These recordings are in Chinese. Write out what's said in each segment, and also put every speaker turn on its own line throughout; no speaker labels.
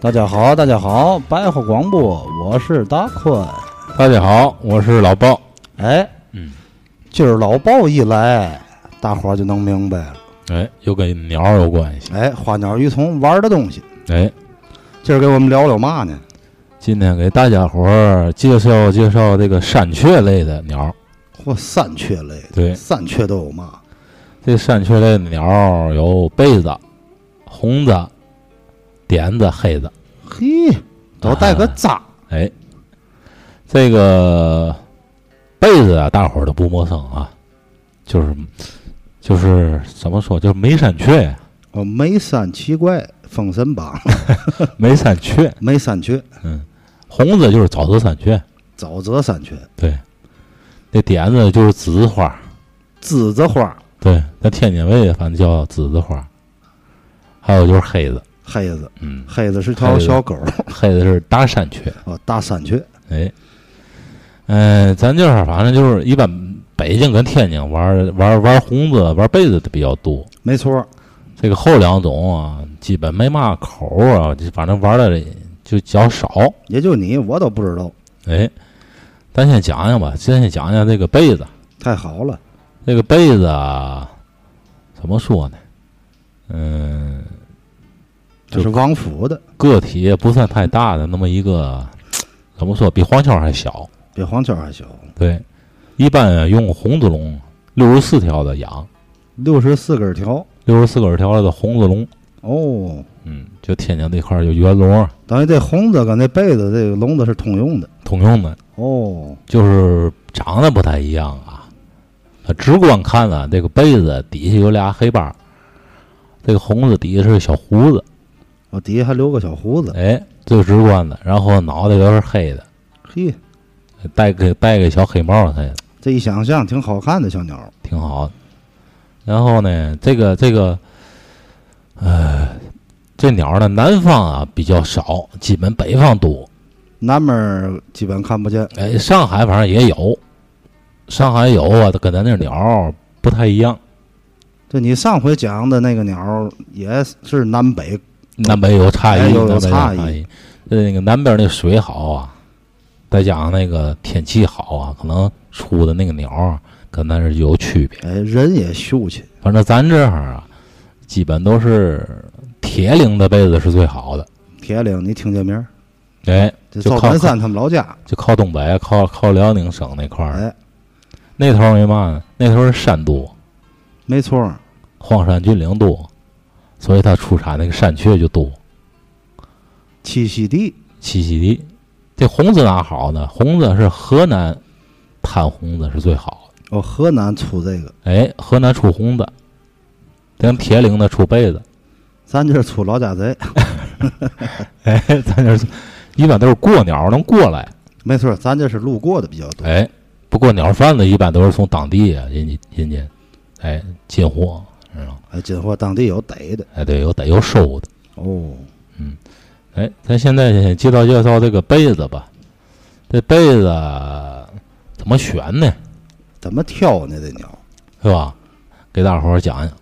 大家好，大家好，白话广播，我是大坤。
大家好，我是老鲍。
哎，
嗯，
今儿老鲍一来，大伙儿就能明白了。
哎，又跟鸟儿有关系。
哎，花鸟鱼虫玩的东西，
哎，
今儿给我们聊聊嘛呢？
今天给大家伙儿介绍介绍这个山雀类的鸟儿。
嚯，三雀类的，
对
三雀都有嘛？
这山雀类的鸟儿有贝子、红子、点子、黑子。
嘿，都带个渣。
哎，这个贝子啊，大伙儿都不陌生啊，就是就是怎么说，就是梅山 雀，
哦，梅山奇怪，《封神榜》
梅山雀。
梅山雀，
红子就是沼泽山雀，
沼泽山雀，
对。这点子就是栀子花，
栀子花，
对，在天津卫反正叫栀子花，还有就是黑子，
黑子，
嗯，
黑子是条
黑子
小狗。
黑子是大山雀，
哦，大山雀，
哎，嗯、咱这儿反正就是一般北京跟天津玩玩玩红子、玩被子的比较多，
没错儿。
这个后两种啊，基本没嘛口儿啊，就反正玩的就较少，
也就你，我都不知道。
哎，咱先讲讲吧，先先讲讲这个被子，
太好了，
这个被子啊，怎么说呢？嗯，
这是王府的，
个体也不算太大的那么一个，怎么说比黄雀还小？
比黄雀还小，
对，一般啊用红子笼六十四条的养，
六十四根条。
六十四根条的红子笼，
哦，
嗯，就天津这块儿有圆笼
等于这红子跟那被子这个笼子是通用的。
通用的，
哦，
就是长得不太一样啊。呃直观看啊，这个被子底下有俩黑巴儿，这个红子底下是小胡子，
我底下还留个小胡子。
哎，最直观的。然后脑袋有点黑的，
嘿，
戴个戴个小黑帽似的。
这一想象挺好看的小鸟。
挺好的。然后呢，这个这个，呃，这鸟呢，南方啊比较少，基本北方多。
南面儿基本看不见。
哎，上海反正也有，上海有啊，跟咱那鸟儿不太一样，
就你上回讲的那个鸟儿也是南北，
南北有差异，
哎
南北
有有
有
差异
异。呃那个南边那水好啊，再加上那个天气好啊，可能出的那个鸟儿跟咱是有区别。
哎，人也秀气。
反正咱这儿啊，基本都是铁岭的被子是最好的。
铁岭，你听这名儿，
哎，
这
就
赵
靠
本山他们老家。
就靠东北，靠靠辽宁省那块儿，
哎，
那头儿没嘛呢，那头儿是山多，
没错儿，
荒山峻岭多，所以它出产那个山雀就多，
栖息地。
栖息地。这红子哪好呢？红子是河南滩红子是最好的，
哦，河南出这个，
哎，河南出红子，咱铁岭的出被子，
咱这儿出老家贼。
哎，咱这是一般都是过鸟能过来，
没错儿，咱这是路过的比较多。
哎，不过鸟贩子一般都是从当地啊人家人家，哎进货，
哎，今后当地有逮的。
哎对，有得有收的。
哦，
哎，咱现在先介绍介绍这个被子吧。这被子啊怎么选呢？
怎么挑呢？这鸟
是吧？给大伙儿讲讲。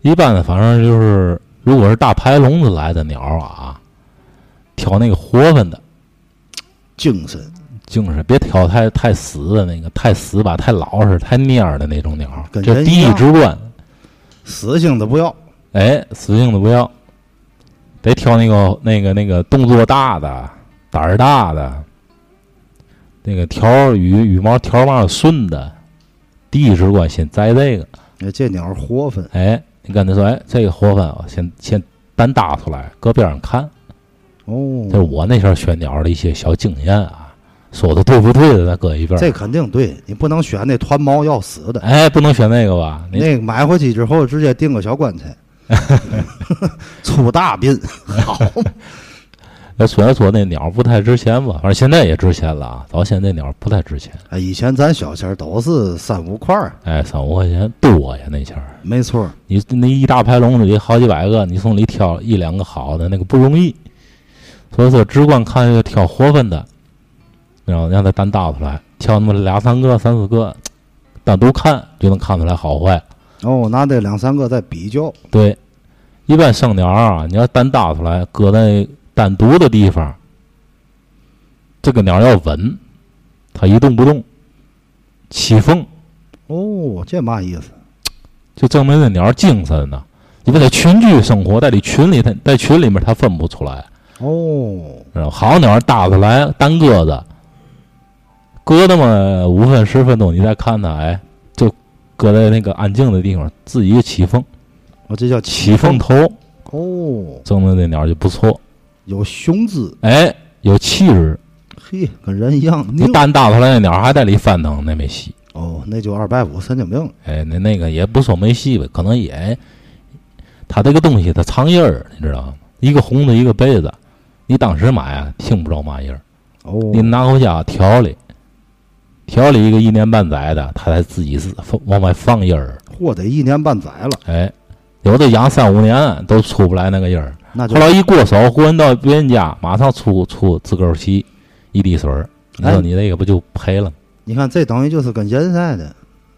一般的，反正就是如果是大排笼子来的鸟啊，挑那个活泛的，
精神
就是别挑太太死的那个，太死吧，太老实、太蔫儿的那种鸟。
跟
这
人
第
一
一
样
直观，
死性的不要。
哎，死性的不要，得挑那个那个那个动作大的、胆儿大的，那个条儿羽羽毛条儿嘛顺的，第一直观先栽这个。
哎，这鸟活分，
哎，你跟他说，哎，这个活泛啊，先先单搭出来，搁边上看。这是
哦，
我那时候选鸟的一些小经验啊，说的对不对的，咱搁一边儿。
这肯定对，你不能选那团毛要死的，
哎，不能选那个吧？你
那个买回去之后直接钉个小棺材， 出大殡。好，
那虽然说那鸟不太值钱吧，反正现在也值钱了啊。早先那鸟不太值钱，
哎，以前咱小钱儿都是三五块儿，
哎，三五块钱多呀，那钱儿。
没错儿，
你那一大排笼子里好几百个，你从里挑一两个好的，那个不容易。所以说，只管看就挑活分的，然后让它单搭出来，挑那么俩三个、三四个，单独看就能看出来好坏。
哦，拿这两三个再比较，
对，一般生鸟啊，你要单搭出来，搁在单独的地方，这个鸟要稳，它一动不动，起风
哦，这嘛意思？
就证明这鸟精神呢。因为它群居生活，在这群里，它在群里面它分不出来。
哦，
然后好鸟搭出来单鸽子，搁那么五分十分钟，你再看它，哎，就搁在那个安静的地方，自己起风，
我这叫
起风头，
哦，
证明这鸟就不错，
有雄姿，
哎，有气质。
嘿，跟人一样
你
牛。
单搭出来那鸟还在里翻腾，那没戏。
哦，那就二百五神经病了。
哎，那那个也不说没戏吧，可能也，它这个东西它藏音儿，你知道吗？一个红的，一个被子，你当时买啊，听不着嘛音儿。
哦，
你拿回家调理，调理一个一年半载的，它才自己是放往外放音儿。
嚯，得一年半载了，
哎，有的养三五年都出不来那个音儿，
那就
后来一过手，忽然到别人家，马上出出自个儿皮，一滴水儿。你
哎
说你这个不就赔了吗？
你看这等于就是跟人似的，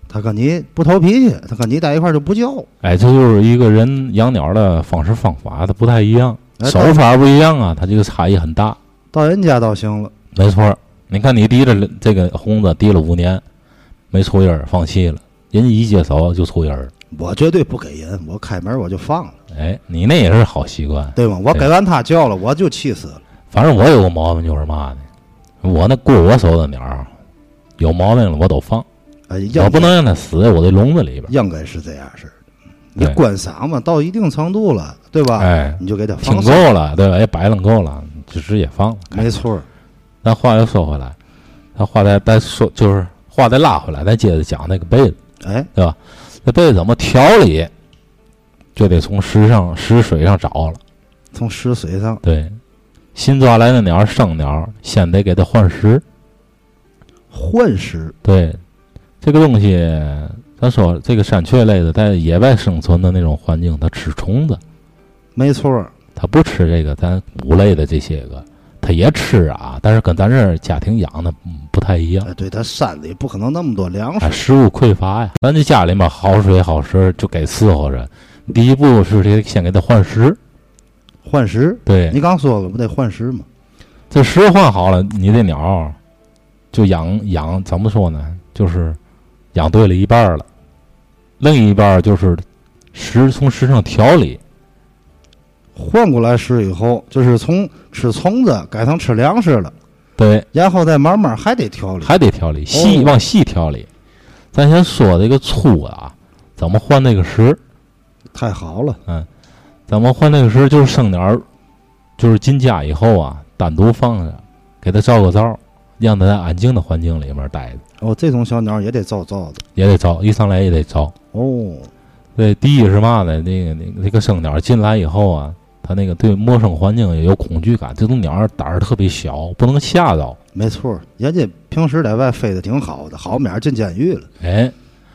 他跟你不投脾气，他跟你在一块儿就不叫。
哎，这就是一个人养鸟的方式方法，它不太一样，
哎
手法不一样啊，它这个差异很大。
到人家倒行了，
没错儿，你看你提着这个红子提了五年，没出音儿，放弃了，人一接手就出音儿了。
我绝对不给人，我开门我就放了，
哎，你那也是好习惯。
对吗？我
对
给完他叫了，我就气死了。
反正我有个毛病就是嘛呢，我那过我手的鸟儿，有毛病了我都放，
哎，
我
应该
不能让它死在我这笼子里边儿。
应该是这样式儿。你
对
观赏嘛，到一定程度了，对吧？
哎，
你就给他
挺
放松。
够了，对吧？哎，摆弄够了，就直接放了。
没错儿，
咱话又说回来，咱话再再说，就是话再拉回来，咱接着讲那个被子，
哎，
对吧？那被子怎么调理，就得从石上、石水上找了。
从湿水上，
对，新抓来的鸟儿，生鸟儿，先得给它换食。
换食
对，这个东西，咱说这个山雀类的，在野外生存的那种环境，它吃虫子，
没错儿，
它不吃这个咱谷类的这些个，它也吃啊，但是跟咱这儿家庭养的嗯不太一样。
哎，对，它山里不可能那么多粮 食
啊，，食物匮乏呀，咱这家里面好水好食就给伺候着。第一步是得先给它换食，
换食。
对，
你刚说了，不得换食吗？
这食换好了，你这鸟儿就养养怎么说呢？就是养对了一半儿了，另一半儿就是食从食上调理。
换过来食以后，就是从吃虫子改成吃粮食了，
对，
然后再慢慢还得调理。
还得调理，细
哦
往细调理。咱先说这个粗啊，怎么换那个食？
太好了，
怎么换那个食？就是生鸟儿，就是进家以后啊，单独放着，给它照个灶，啊让它在安静的环境里面待着，
哦，这种小鸟也得照照的。
也得照，一上来也得照。
哦，
对，第一是嘛呢？那个那个那个生鸟儿进来以后啊，它那个对陌生环境也有恐惧感，这种鸟儿胆儿特别小，不能吓着。
没错儿，人家平时在外飞得挺好的，好面儿进监狱了。
哎，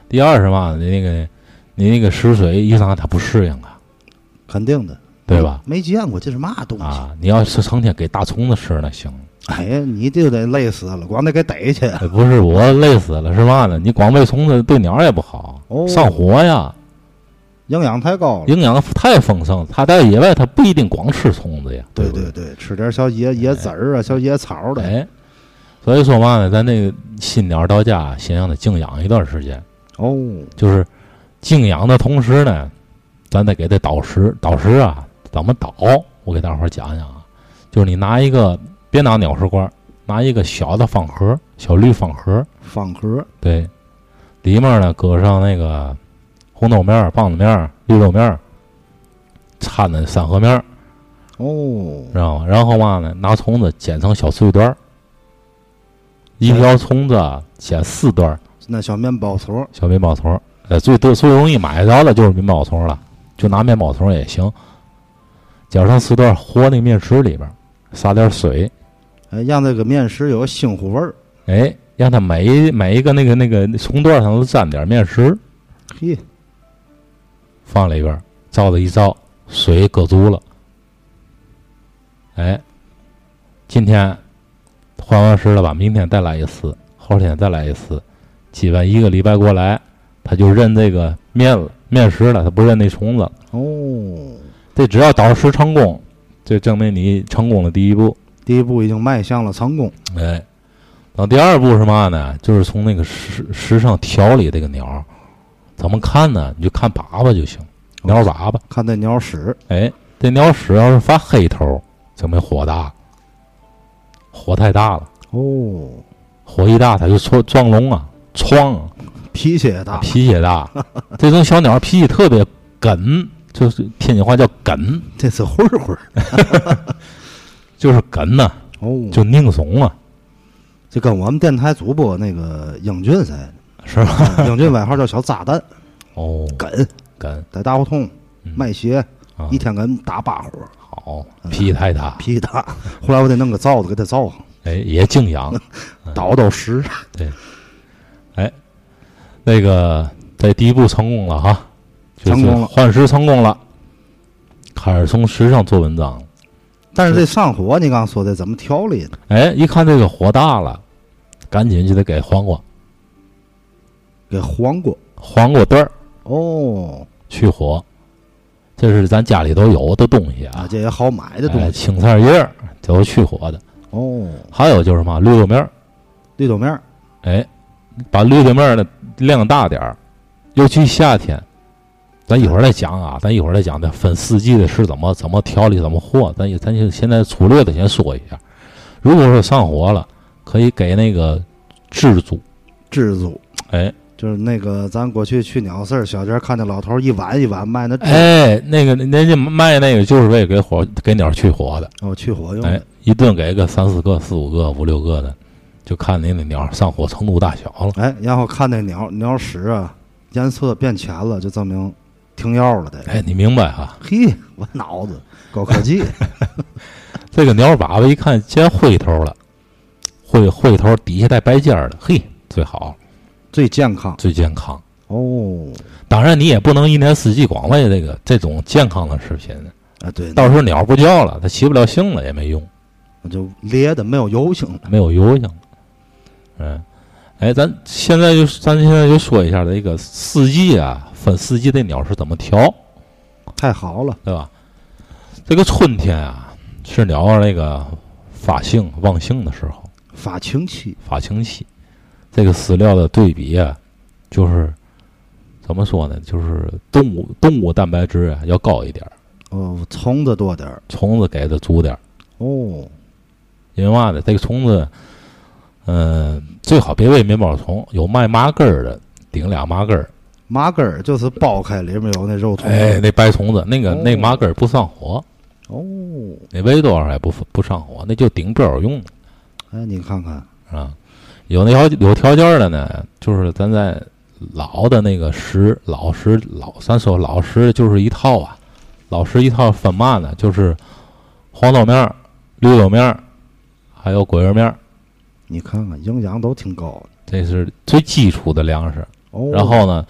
第二是嘛呢？那个你那个食水一上来它不适应啊，
肯定的，
对吧？
没见过这是嘛东西？
啊，你要是成天给大虫子吃那行，
哎呀，你就得累死了，光得给逮去。
哎不是我累死了，是嘛呢？你光喂虫子对鸟儿也不好，
哦
上火呀，
营养太高了。
营养太丰盛。它在野外它不一定光吃虫子呀，
对
不对
对对，吃点小野野籽儿啊，小野草的。
哎，所以说嘛呢，咱那个新鸟到家先让它静养一段时间，
哦，
就是静养的同时呢，咱得给它导食，导食啊怎么导？我给大伙儿讲讲啊，就是你拿一个别拿鸟食罐儿，拿一个小的方盒，小绿方盒，
方盒
对，里面呢搁上那个红豆面儿、棒子面儿、绿豆面儿，掺的三合面儿，
哦，
知道吗？然后嘛呢，拿虫子剪成小碎段儿，一条虫子啊剪四段儿
那小面包虫，
小面包虫儿。呃，最多最容易买着的就是面包虫儿了，就拿面包虫儿也行，剪成四段儿和那面食里边儿，撒点儿水，
哎，让这个面食有个腥乎味儿。
哎，让它每一每一个那个那个虫段儿上都沾点儿面食，
嘿，
放里边儿，照了一照，水搁足了。哎，今天换完食了吧？明天再来一次，后天再来一次，基本一个礼拜过来，他就认这个面了，面食了，他不认那虫子了。
哦，
这只要导食成功，这证明你成功了第一步。
第一步已经迈向了成功。
哎，然后第二步是嘛呢？就是从那个石石上调理这个鸟儿，怎么看呢？你就看粑粑就行，鸟粑粑。
看这鸟屎，
哎，这鸟屎要是发黑头儿，证明火大，火太大了，
哦，
火一大它就撞撞聋啊，撞啊，
脾气也大，
脾气也大。这种小鸟脾气特别梗，就是天津话叫梗，
这是混混儿。
就是梗呐、
哦，
就拧怂啊，
这跟我们电台主播那个英俊似的，
是吧？
嗯英俊外号叫小炸弹，
哦，
梗
梗
在大胡同
嗯
卖鞋，
啊
一，天给我们打八火，
好，脾气太大，
脾气大。后来我得弄个罩子给他罩上，
哎，也敬仰。
倒倒实。
那个在第一步成功了哈，就是
成功了
换食成功了，开始从石上做文章了。
但是这上火，你刚说的怎么调理呢？
哎，一看这个火大了，赶紧就得给黄瓜
给黄瓜
黄瓜墩儿
哦，
去火，这是咱家里都有的东西
啊，
啊，
这也好买的东
哎，
西
青菜叶儿都是去火的。
哦，
还有就是嘛，绿豆苗儿，
绿豆面儿
哎，把绿豆面呢晾大点儿，尤其夏天。咱一会儿再讲啊，咱一会儿再讲，这分四季的是怎么怎么调理、怎么和，咱也咱就现在粗略的先说一下。如果说上火了，可以给那个制足，
制作，
哎
就是那个咱过去去鸟市儿小街儿看见老头儿一碗一碗卖那制，
哎，那个人家卖那个就是为了给火给鸟去火的，
哦，去火用
哎
的。，
一顿给个三四个、四五个、五六个的，就看你那鸟上火程度大小了。
哎，然后看那鸟鸟屎啊，颜色变浅了，就证明停药了得。
哎，你明白哈、
嘿，我脑子高科技，
哎这个鸟粑粑一看见灰头了，灰灰头底下带白尖儿的，嘿，最好
最健康
最健康。
哦。
当然，你也不能一年四季光喂这个这种健康的食品，
啊，对，
到时候鸟不叫了，它起不了性了也没用，
我就咧的没有油性了。
没有油性了。嗯，哎，咱现在就咱现在就说一下这个四季啊，分四季这鸟是怎么调，
太好了，
对吧？这个春天啊，是鸟儿那个发性旺性的时候。
发情期
法清期，这个饲料的对比啊，就是怎么说呢？就是动物动物蛋白质啊要高一点儿，
哦，虫子多点儿
虫子给的足点儿。
哦，
因为嘛呢？这个虫子，嗯、最好别喂面包虫，有卖麻根儿的，顶俩麻根儿。
麻根儿就是剥开里面有那肉虫，
哎，那白虫子，那个、
哦
那麻根儿不上火，
哦，
那喂多少也不不上火，那就顶标用
哎，你看看，
啊。有那条有条件儿的呢，就是咱在老的那个石老石老，咱说老石就是一套啊，老石一套分嘛呢？就是黄豆面儿、绿豆面儿，还有桂圆面儿，
你看看，营养都挺高的。
这是最基础的粮食。
哦，
然后呢，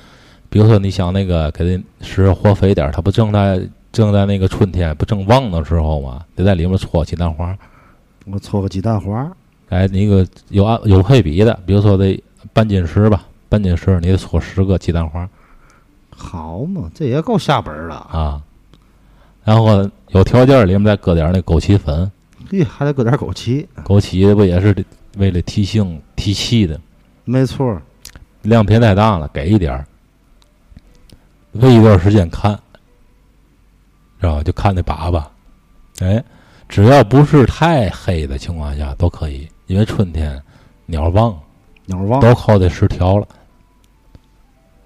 比如说你想那个给它食活肥点儿，它不正在正在那个春天不正旺的时候嘛，得在里面搓鸡蛋花儿，
我搓个鸡蛋花，
哎，你个有按有配比的，比如说得半斤石吧，半斤石你得搓十个鸡蛋花儿。
好嘛，这也够下本儿了。
啊，然后有条件儿里面再搁点儿那枸杞粉，
嘿，还得搁点枸杞，
枸杞不也是为了提性提气的？
没错儿。
量别太大了，给一点儿，喂一段时间看，知道吧？就看那粑粑，哎，只要不是太黑的情况下都可以，因为春天鸟旺，
鸟旺
都靠这食调了。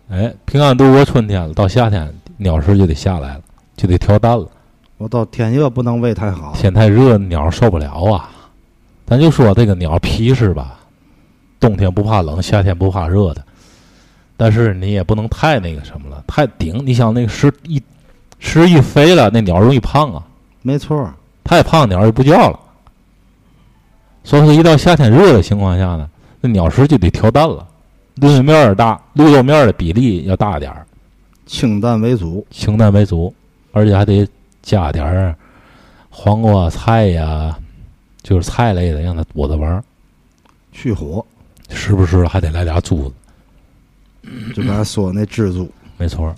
哎，平安度过春天了，到夏天鸟食就得下来了，就得调蛋了。
我到天热不能喂太好，
天太热，鸟受不了啊。咱就说这个鸟皮实吧，冬天不怕冷，夏天不怕热的。但是你也不能太那个什么了，太顶。你想那个食一食一肥了，那鸟容易胖啊，
没错儿。
太胖鸟就不叫了。所以说，一到夏天热的情况下呢，那鸟食就得调蛋了。绿豆面儿大，绿豆面儿的比例要大点儿，
清淡为主，
清淡为主，而且还得加点儿黄瓜菜呀、就是菜类的，让它多着玩儿。
去火，
时不时还得来俩珠子，
就刚才说那蜘蛛，
没错儿。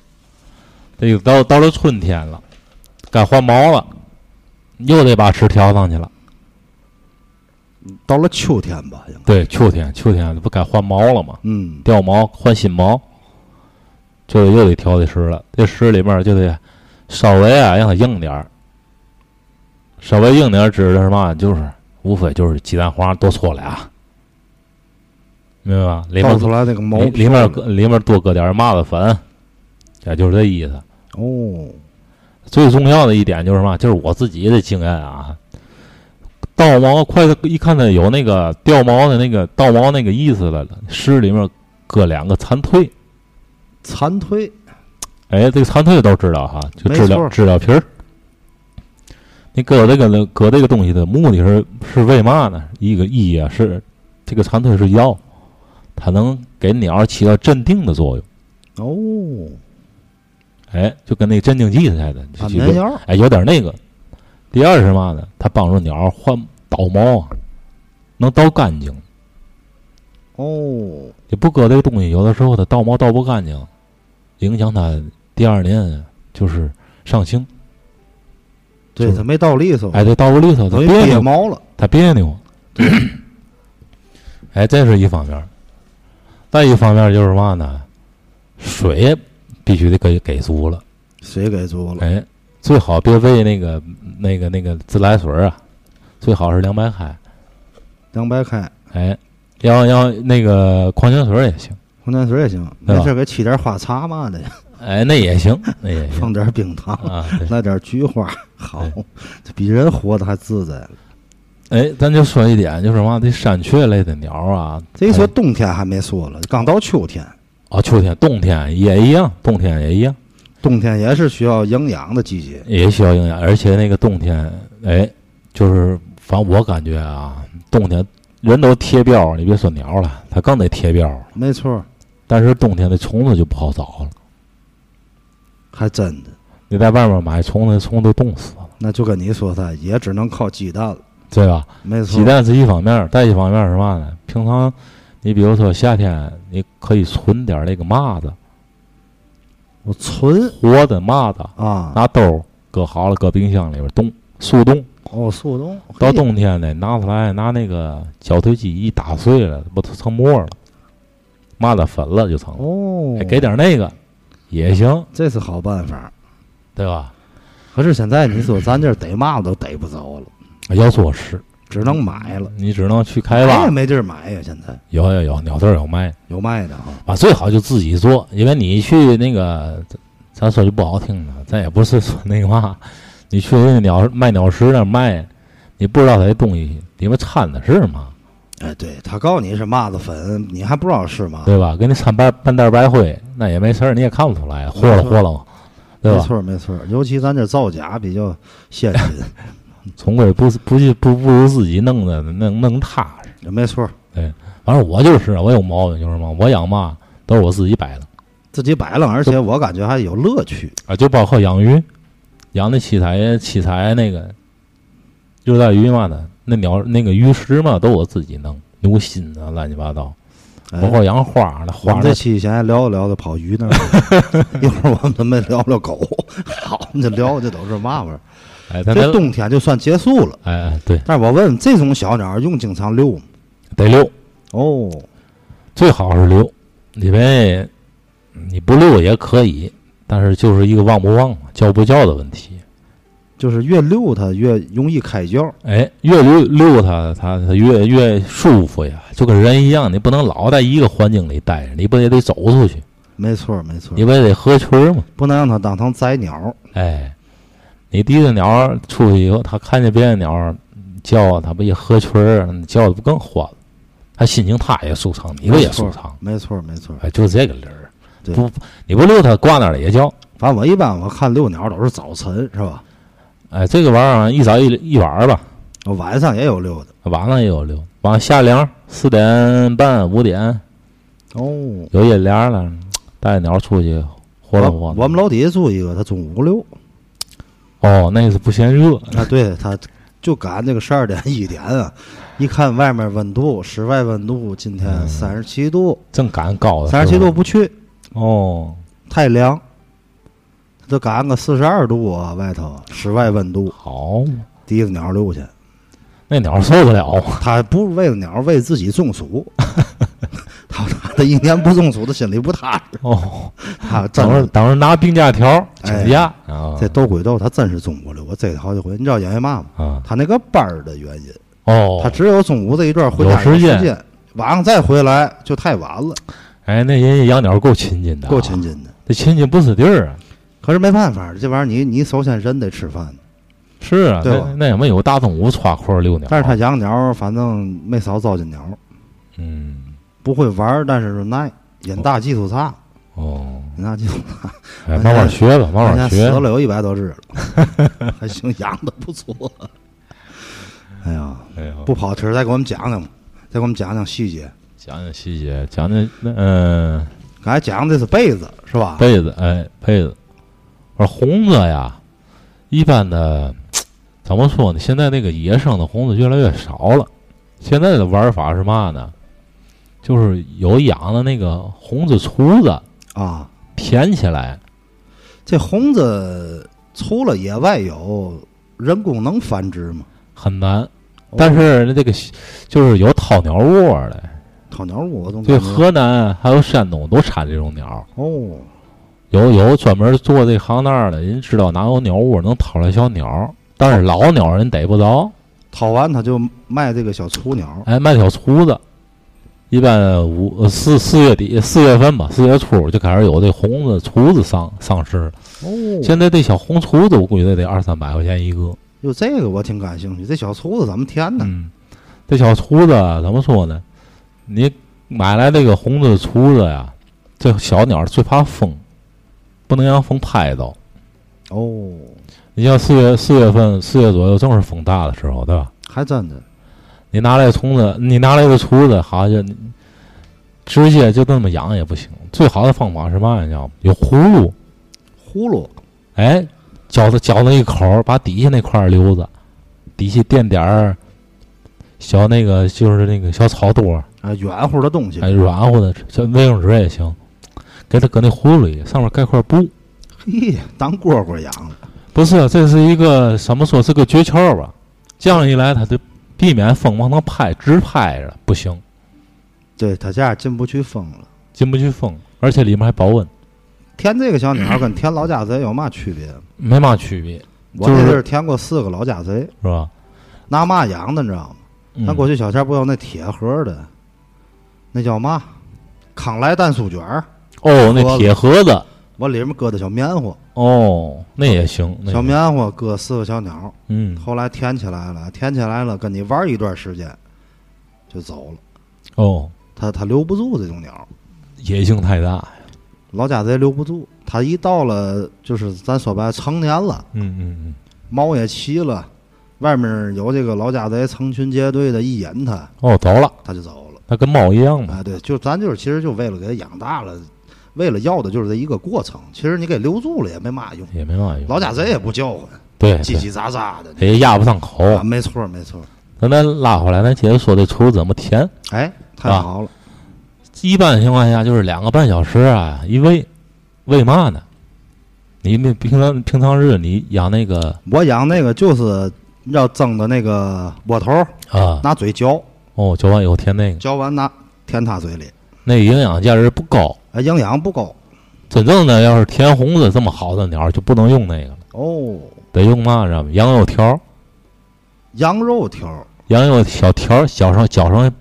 这个到到了春天了，该换毛了，又得把池调上去了。
到了秋天吧，应该
对，秋天秋天不该换毛了吗？
嗯，
掉毛换新毛，就又得挑这石了。这石里面就得稍微啊让它硬点儿，稍微硬点儿指的是嘛？就是无非就是鸡蛋黄多搓俩，明白吧？里
倒
面
出来那个毛
里里
片儿
面搁里面多搁点儿麻子粉，也就是这意思。
哦，
最重要的一点就是嘛，就是我自己的经验啊，倒毛快一看到有那个掉毛的那个倒毛那个意思来了，诗里面搁两个残蜕，
残推
哎，这个残蜕都知道哈，就
没
治
错
疗治疗皮儿。你搁这个搁这个东西的目的是是为嘛呢？一个意义啊是这个残蜕是药，它能给鸟起到镇定的作用，
哦，
哎，就跟那镇静剂似的，就
安
就
眠啊药
哎，有点那个。第二是嘛呢？它帮助鸟换倒毛啊，能倒干净。
哦，
你不搁这个东西，有的时候它倒毛倒不干净，影响它第二年就是上行。
哦对，
就是
它没倒利索，
哎，这倒不利索，它
等于
别
憋
扭，
毛了。
它别扭。哎，这是一方面儿。再一方面儿就是嘛呢？水必须得给给足了。
水给足了，
哎，最好别喂那个那个那个自来水儿啊，最好是凉白开。
凉白开，
哎，要要那个矿泉水儿也行，
矿泉水也行，
对吧
没事儿给沏点花茶嘛的，
哎，那也行，那也 行
放点冰糖，
啊。对
来点菊花， 好
对，
这比人活得还自在。
哎，咱就说一点，就是嘛，这山雀类的鸟啊，
这一说冬天还没说了，刚到秋天，
啊，秋天、冬天也一样，冬天也一样，
冬天也是需要营养的季节。
也需要营养，而且那个冬天，哎，就是反正我感觉啊，冬天人都贴膘，你别说鸟了，它更得贴膘。
没错儿，
但是冬天的虫子就不好找了，
还真的，
你在外面买虫子，虫子都冻死了，
那就跟你说的，也只能靠鸡蛋了。
对吧？
没错
鸡
儿，
蛋是一方面儿，再一方面儿是嘛呢？平常你比如说夏天，你可以存点儿那个麻子，
我存
活的麻子，
啊，
拿兜儿搁好了，搁冰箱里边儿冻，速冻。
哦，速冻，
到
嘿
冬天呢，拿出来拿那个搅碎机一打碎了，不都成沫儿了？麻子粉了就成了，
哦
哎，给点儿那个也行，
这是好办法。
对吧？
可是现在你说咱这儿逮嘛都逮不着了，
要说是，
只能买了，
你只能去
买
开
也
吧。
没地儿买呀。现在
有有有，鸟蛋有卖
有卖的哈，
啊，最好就自己做，因为你去那个，咱咱说句不好听的，咱也不是说那个嘛，你去人家鸟卖鸟食那儿卖，你不知道他这东西里面掺的是嘛，
哎，对他告诉你是麻子粉，你还不知道是嘛？
对吧？给你掺半半袋白灰，那也没事儿，你也看不出来，豁楞豁楞，对
没
吧？
错儿没错儿，尤其咱这造假比较先 进，
总归不是不是不不如自己弄的弄弄踏实。
没错儿，
反正我就是啊我有毛病就是嘛，我养嘛都是我自己摆的
自己摆了，而且我感觉还有乐趣。
啊，就包括养鱼，养那七彩七彩那个热带鱼嘛的，那鸟那个鱼食嘛都我自己弄，牛心啊乱七八糟，
哎
包括养花儿
我
那花
们
儿
这期先聊一聊的跑鱼那儿， 一会儿我们准备聊聊狗。 好，你聊这都是嘛玩意儿？
哎，咱
这
得
冬天就算结束了。
哎哎对，
但是我问问这种小鸟儿用经常溜吗？
得溜，
哦，
最好是溜，因为你不溜也可以，但是就是一个旺不旺嘛，叫不叫的问题。
就是越溜它越容易开窍。
哎，越溜溜它，它它越越舒服呀，就跟人一样，你不能老在一个环境里待着，你不也得走出去，
没错儿，没错
你
儿，
不也得合群儿嘛？
不能让它当成宰鸟儿。
哎，你提着鸟儿出去以后，它看见别的鸟儿叫，它不也合群儿，叫的不更欢了？它心情它也舒畅，你不也舒畅？
没错儿，没错儿。
哎，就这个理儿。
对
不，你不溜它挂那儿也叫。
反正我一般我看遛鸟儿都是早晨，是吧？
哎，这个玩意儿一早一一晚儿吧，
我晚上也有遛的。
晚上也有溜，往下凉四点半五点
哦，
有夜帘儿了，带着鸟出去活动活
我
动。
我们楼底下住一个，他中午遛
哦，那是不嫌热，
啊，对他就赶这个十二点一点啊，一看外面温度，室外温度今
嗯
天三十七度，
正赶高的
三十七
是吧
度不去，
哦，
太凉，他都赶个四十二度啊，外头室外温度。
好嘛，
第一个鸟溜去，
那鸟受得了啊吗？
他不是为了鸟，为自己中暑。 他他的一年不中暑，他心里不踏 实。
哦，
他真
等会儿
是
等会儿拿病假条
哎
请假啊
这斗鬼斗，他真是中过了。我追他好几回，你知道因为嘛吗？
啊
他那个班儿的原因，
哦
他，只有中午这一段回家
有时间
间，晚上再回来就太晚了，
哎，那人家养鸟够亲近的，啊
够，亲近的。
这亲近不死地儿啊。
可是没办法，这玩意儿你你首先人得吃饭，
是啊，
对吧
那那也没有大中午穿裤儿遛鸟，
但是他养鸟反正没少糟践鸟，
嗯
不会玩儿，但是就耐，人大技术差，
哦，
人大技术差。
哎，慢慢学吧，慢
人家
慢
死
学。
了有一百多只了， 还行，养的不错。哎呀，
哎呦，
不跑题儿，再给我们讲讲吧，再给我们讲讲细节。
讲讲细节，讲讲那嗯
刚才讲的是被子是吧？
被子，哎被子。我说红子呀，一般的怎么说呢？现在那个野生的红子越来越少了。现在的玩法是嘛呢？就是有养的那个红子厨子
啊，
填起来，
这红子除了野外有，人工能繁殖吗？
很难。但
哦
是这个就是有掏鸟窝的，
掏鸟窝我总
对
感觉
河南还有山东都产这种鸟，
哦，
有有专门做这行当的，人知道哪有鸟窝能掏来小鸟，但是老鸟人逮不着，
掏完他就卖这个小雏鸟，
哎，卖小厨子。一般五呃四四月底四月份吧，四月初就开始有这红子厨子上上市了。
哦，
现在这小红厨子，我估计得得二三百块钱一个。
就这个我挺感兴趣，这小厨子怎么填呢？
嗯，这小厨子啊怎么说呢？你买来这个红子厨子呀，这小鸟最怕风，不能让风拍到。
哦，
你像四月四月份四月左右正是风大的时候，对吧？
还真的，
你拿来虫子，你拿来个厨子，好像就直接就那么养也不行。最好的方法是嘛？你知道吗？有葫芦，
葫芦
哎，搅它搅它一口儿，把底下那块儿留着，底下垫点儿小那个就是那个小草垛儿，
啊，软乎的东西，
哎，软乎的，像卫生纸也行，给它搁那葫芦里，上面盖块布。
嘿，当蝈蝈养了。
不是，啊这是一个怎么说？是个诀窍吧？这样一来，它就避免风往它拍，直拍着不行，
对他家进不去风了。
进不去风，而且里面还保温，
填这个小鸟跟填老家贼有嘛区别？
没嘛区别，
我
就是
那阵儿填过四个老家贼，
是吧？
拿嘛养的你知道吗？
嗯
咱过去小前不有那铁盒的，那叫嘛？康莱蛋酥卷儿，
哦，那铁盒子，
往里面搁的小棉花，
哦，那也行，那也
小棉花搁四个小鸟，
嗯，
后来填起来了，填起来了，跟你玩一段时间就走了。
哦，
它它留不住这种鸟，
野性太大，
老家贼留不住。它一到了就是咱说白了成年了。
嗯嗯
猫也齐了，外面有这个老家贼成群结队的，一引它，
嗯，哦，走了，
它就走了。
它跟猫一样嘛，
啊，对，就咱就是其实就为了给它养大了，为了要的就是这一个过程。其实你给留住了也没嘛用，
也没嘛用，
老家贼也不叫唤，
对，哎
叽
对
叽喳喳的。
它也压不上口。
啊，没错没错，
那咱拉回来，咱接着说这厨子怎么填。
哎，太
啊
好了，
一般情况下就是两个半小时啊，一喂，喂嘛呢？你那平常平常日你养那个
我养那个就是要蒸的那个窝头，
啊，
拿嘴嚼，
哦，嚼完以后填那个，
嚼完拿填它嘴里，
那营养价值不高。
哎，营养不高
真正的要是填红子这么好的鸟，就不能用那个了，
哦。
得用嘛知道吗？羊肉条儿，
羊肉条儿
羊肉小条儿，绞上绞上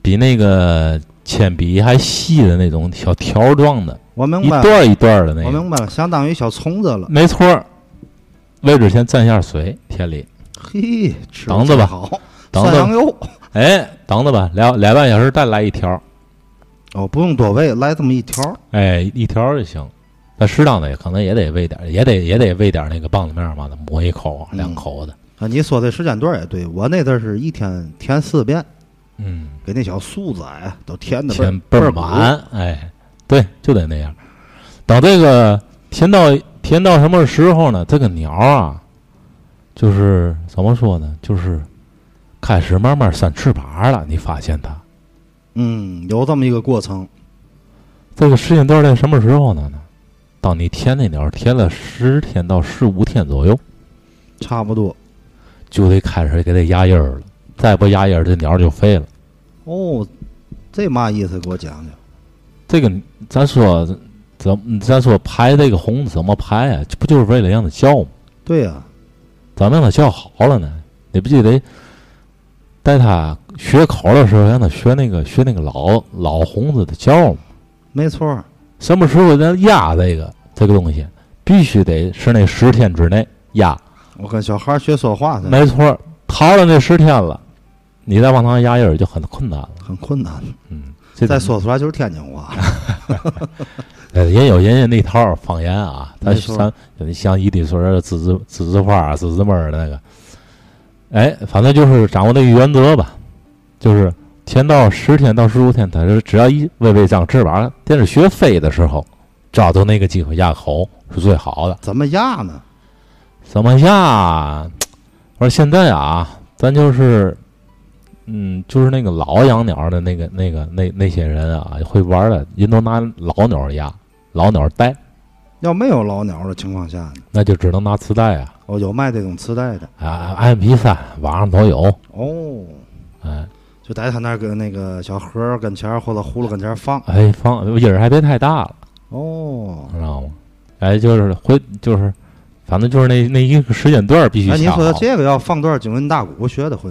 比那个铅笔还细的那种小条儿状的，
我明
一
白
段
了，
儿一段儿的那
我
个，
明白了，相当于小虫子了。
没错儿。喂之前蘸下水，田里
嘿，吃
等着吧
好，
等
涮
着
羊肉
哎，等着吧，俩俩半小时再来一条儿，
哦，不用多喂，来这么一条儿
哎，一条儿就行。那适当的也可能也得喂点儿，也得也得喂点儿那个棒子面儿嘛的，抹一口
嗯
两口子。
啊。你说这时间段儿也对，我那阵儿是一天填四遍，
嗯，
给那小素子哎都填的
填
倍
倍
儿
儿
满。
满，哎，对，就得那样。等这个填到填到什么时候呢？这个鸟儿啊，就是怎么说呢？就是开始慢慢扇翅膀了。你发现它
嗯，有这么一个过程。
这个时间段儿在什么时候呢？当你填那鸟儿填了十天到十五天左右，
差不多，
就得开始给它压印儿了，再不压印儿，这鸟儿就废了。
哦，这嘛意思？给我讲讲。
这个咱说怎么咱说排这个红怎么排啊？这不就是为了让它叫吗？
对呀、
怎么让它叫好了呢？你不就得带它学口的时候，让它学那个学那个老老红子的叫吗？
没错儿。
什么时候咱压这个这个东西，必须得是那十天之内压。
我跟小孩儿学说话去，
没错儿，逃了那十天了，你再往上压印儿就很困难了。
很困难。
嗯，这
再说出来就是天津话。
呃，人有人家那套方言啊，咱
没错
咱你像伊地水儿、栀子栀子花儿、栀子妹儿那个，哎，反正就是掌握这个原则吧，就是前到十天到十五天，他是只要一微微长翅膀，电是学飞的时候，找到那个机会压口是最好的。
怎么压呢？
怎么压？我说现在啊，咱就是，嗯，就是那个老养鸟的那个、那个、那那些人啊，会玩的，人都拿老鸟压，老鸟带，
要没有老鸟的情况下呢？
那就只能拿磁带啊，
哦，有卖这种磁带的。
啊，MP 三网上都有，
哦，
哎
就在他那儿跟那个小盒儿跟前儿或者葫芦跟前儿放。
哎，放音儿还别太大了，
哦，
知道吗？哎，就是回就是，反正就是那那一个时间段儿必须
哎，你
下好。
说这个要放段九阴大鼓，学得会。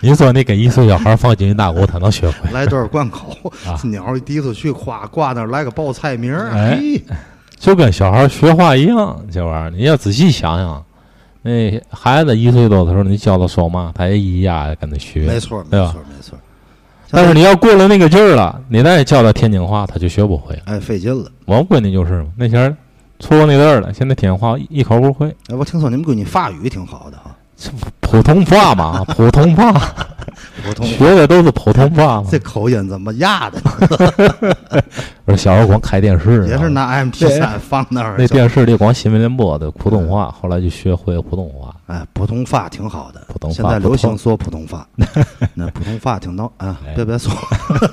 您说那给一岁小孩儿放金鱼大鼓，他能 学会？
来段贯口
啊，
鸟一提出去，夸挂那儿来个报菜名儿，
哎
嘿
就跟小孩儿学话一样，这玩意儿你要仔细想想，那孩子一岁多的时候，你教他说嘛，他也咿呀地跟他
没
学。
错，没
对吧
错，没错。
但是你要过了那个劲儿了，你再教他天津话，他就学不会了。
哎，费劲了。
我闺女就是嘛，那前儿错过那阵儿了，现在天津话一口不会，
哎，我听说你们闺女法语挺好的哈，
普通 话嘛，普通话
普通 话
学的都是普通话嘛
这。口音怎么压的？
我说小时候光开电视，
也是拿 M P 三放那儿
啊那。电视里光新闻联播的普通话，
嗯
后来就学会普通话。
哎，普通话挺好的，
普通话
现在
普通
流行说普通话，那普通话挺闹啊
哎，
别别说，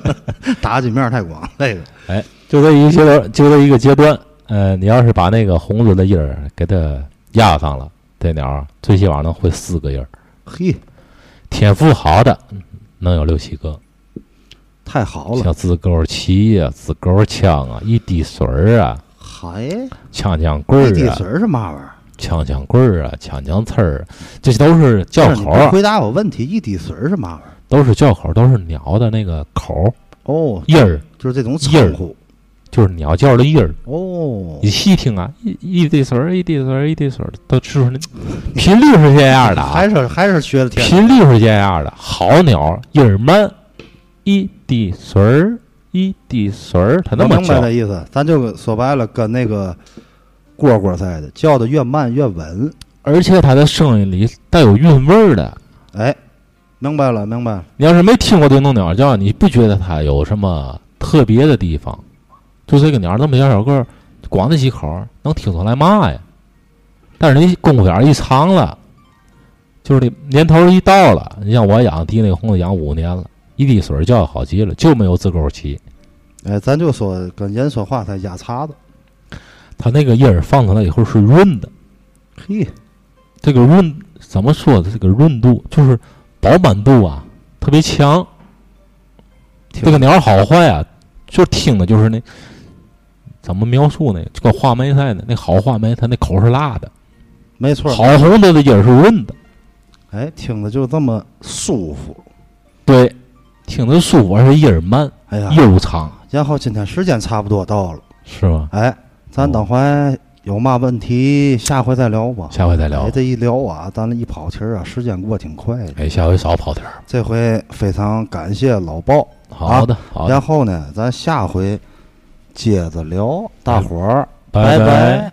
打击面儿太广，那个
哎，就这一个阶
嗯
段，就这一个阶段，呃，你要是把那个红子的印儿给它压上了，这鸟儿最起码能会四个印儿，
嘿，
天赋好的能有六七个，
太好了，
像自钩旗呀、自钩枪啊、一滴水儿啊、
嗨，
枪枪棍
那地
儿啊
水、儿是嘛玩意儿？
枪枪棍儿啊、枪枪刺儿，这都是叫
不是你
口
不
儿啊，
回答我问题，一滴水儿是嘛玩意儿？
都是叫口儿，都是鸟的那个口儿
哦，
印儿，
就是这种
印儿
称呼。
就是鸟叫的印儿。
哦
你，细听啊，一一滴水儿，一滴水儿，一滴水儿，都就是那频率是这样的啊，
还是还是学的天津
频率是这样的，好鸟印儿慢，一滴水儿，一滴水儿，它那
我
么
明白
叫
那，意思，咱就说白了，跟那个蝈蝈似的，叫的越慢越稳。
而且它的声音里带有韵味儿的。
哎，明白了，明白了。
你要是没听过这种鸟叫，你不觉得它有什么特别的地方？就这个鸟那么小小个儿，光那几口儿，能听出来嘛呀？但是你功夫眼儿一长了，就是你年头一到了，你像我养地那个红子养五年了，一滴水儿叫好极了，就没有自个儿齐。
哎，咱就说跟人说话，他压叉子。
它那个印儿放出来以后是润的，
嘿，
这个润怎么说的？这个润度就是饱满度啊，特别强。
挺
这个鸟好坏啊，就听的就是那怎么描述呢？就跟画眉赛的那好画眉，它那口是辣的，
没错。
好红的的音儿是润的，
哎，听着就这么舒服。
对，听着舒服，而且音儿慢，
哎呀，
悠长，
然后今天时间差不多到了，
是吧？
哎，咱等会有嘛问题，下回再聊吧。
哦下回再聊
哎，。这一聊啊，咱这一跑题儿啊，时间过挺快的。
哎，下回少跑题儿。
这回非常感谢老鲍，
好的，好的
然，后呢，咱下回接着聊，大伙儿
哎拜
拜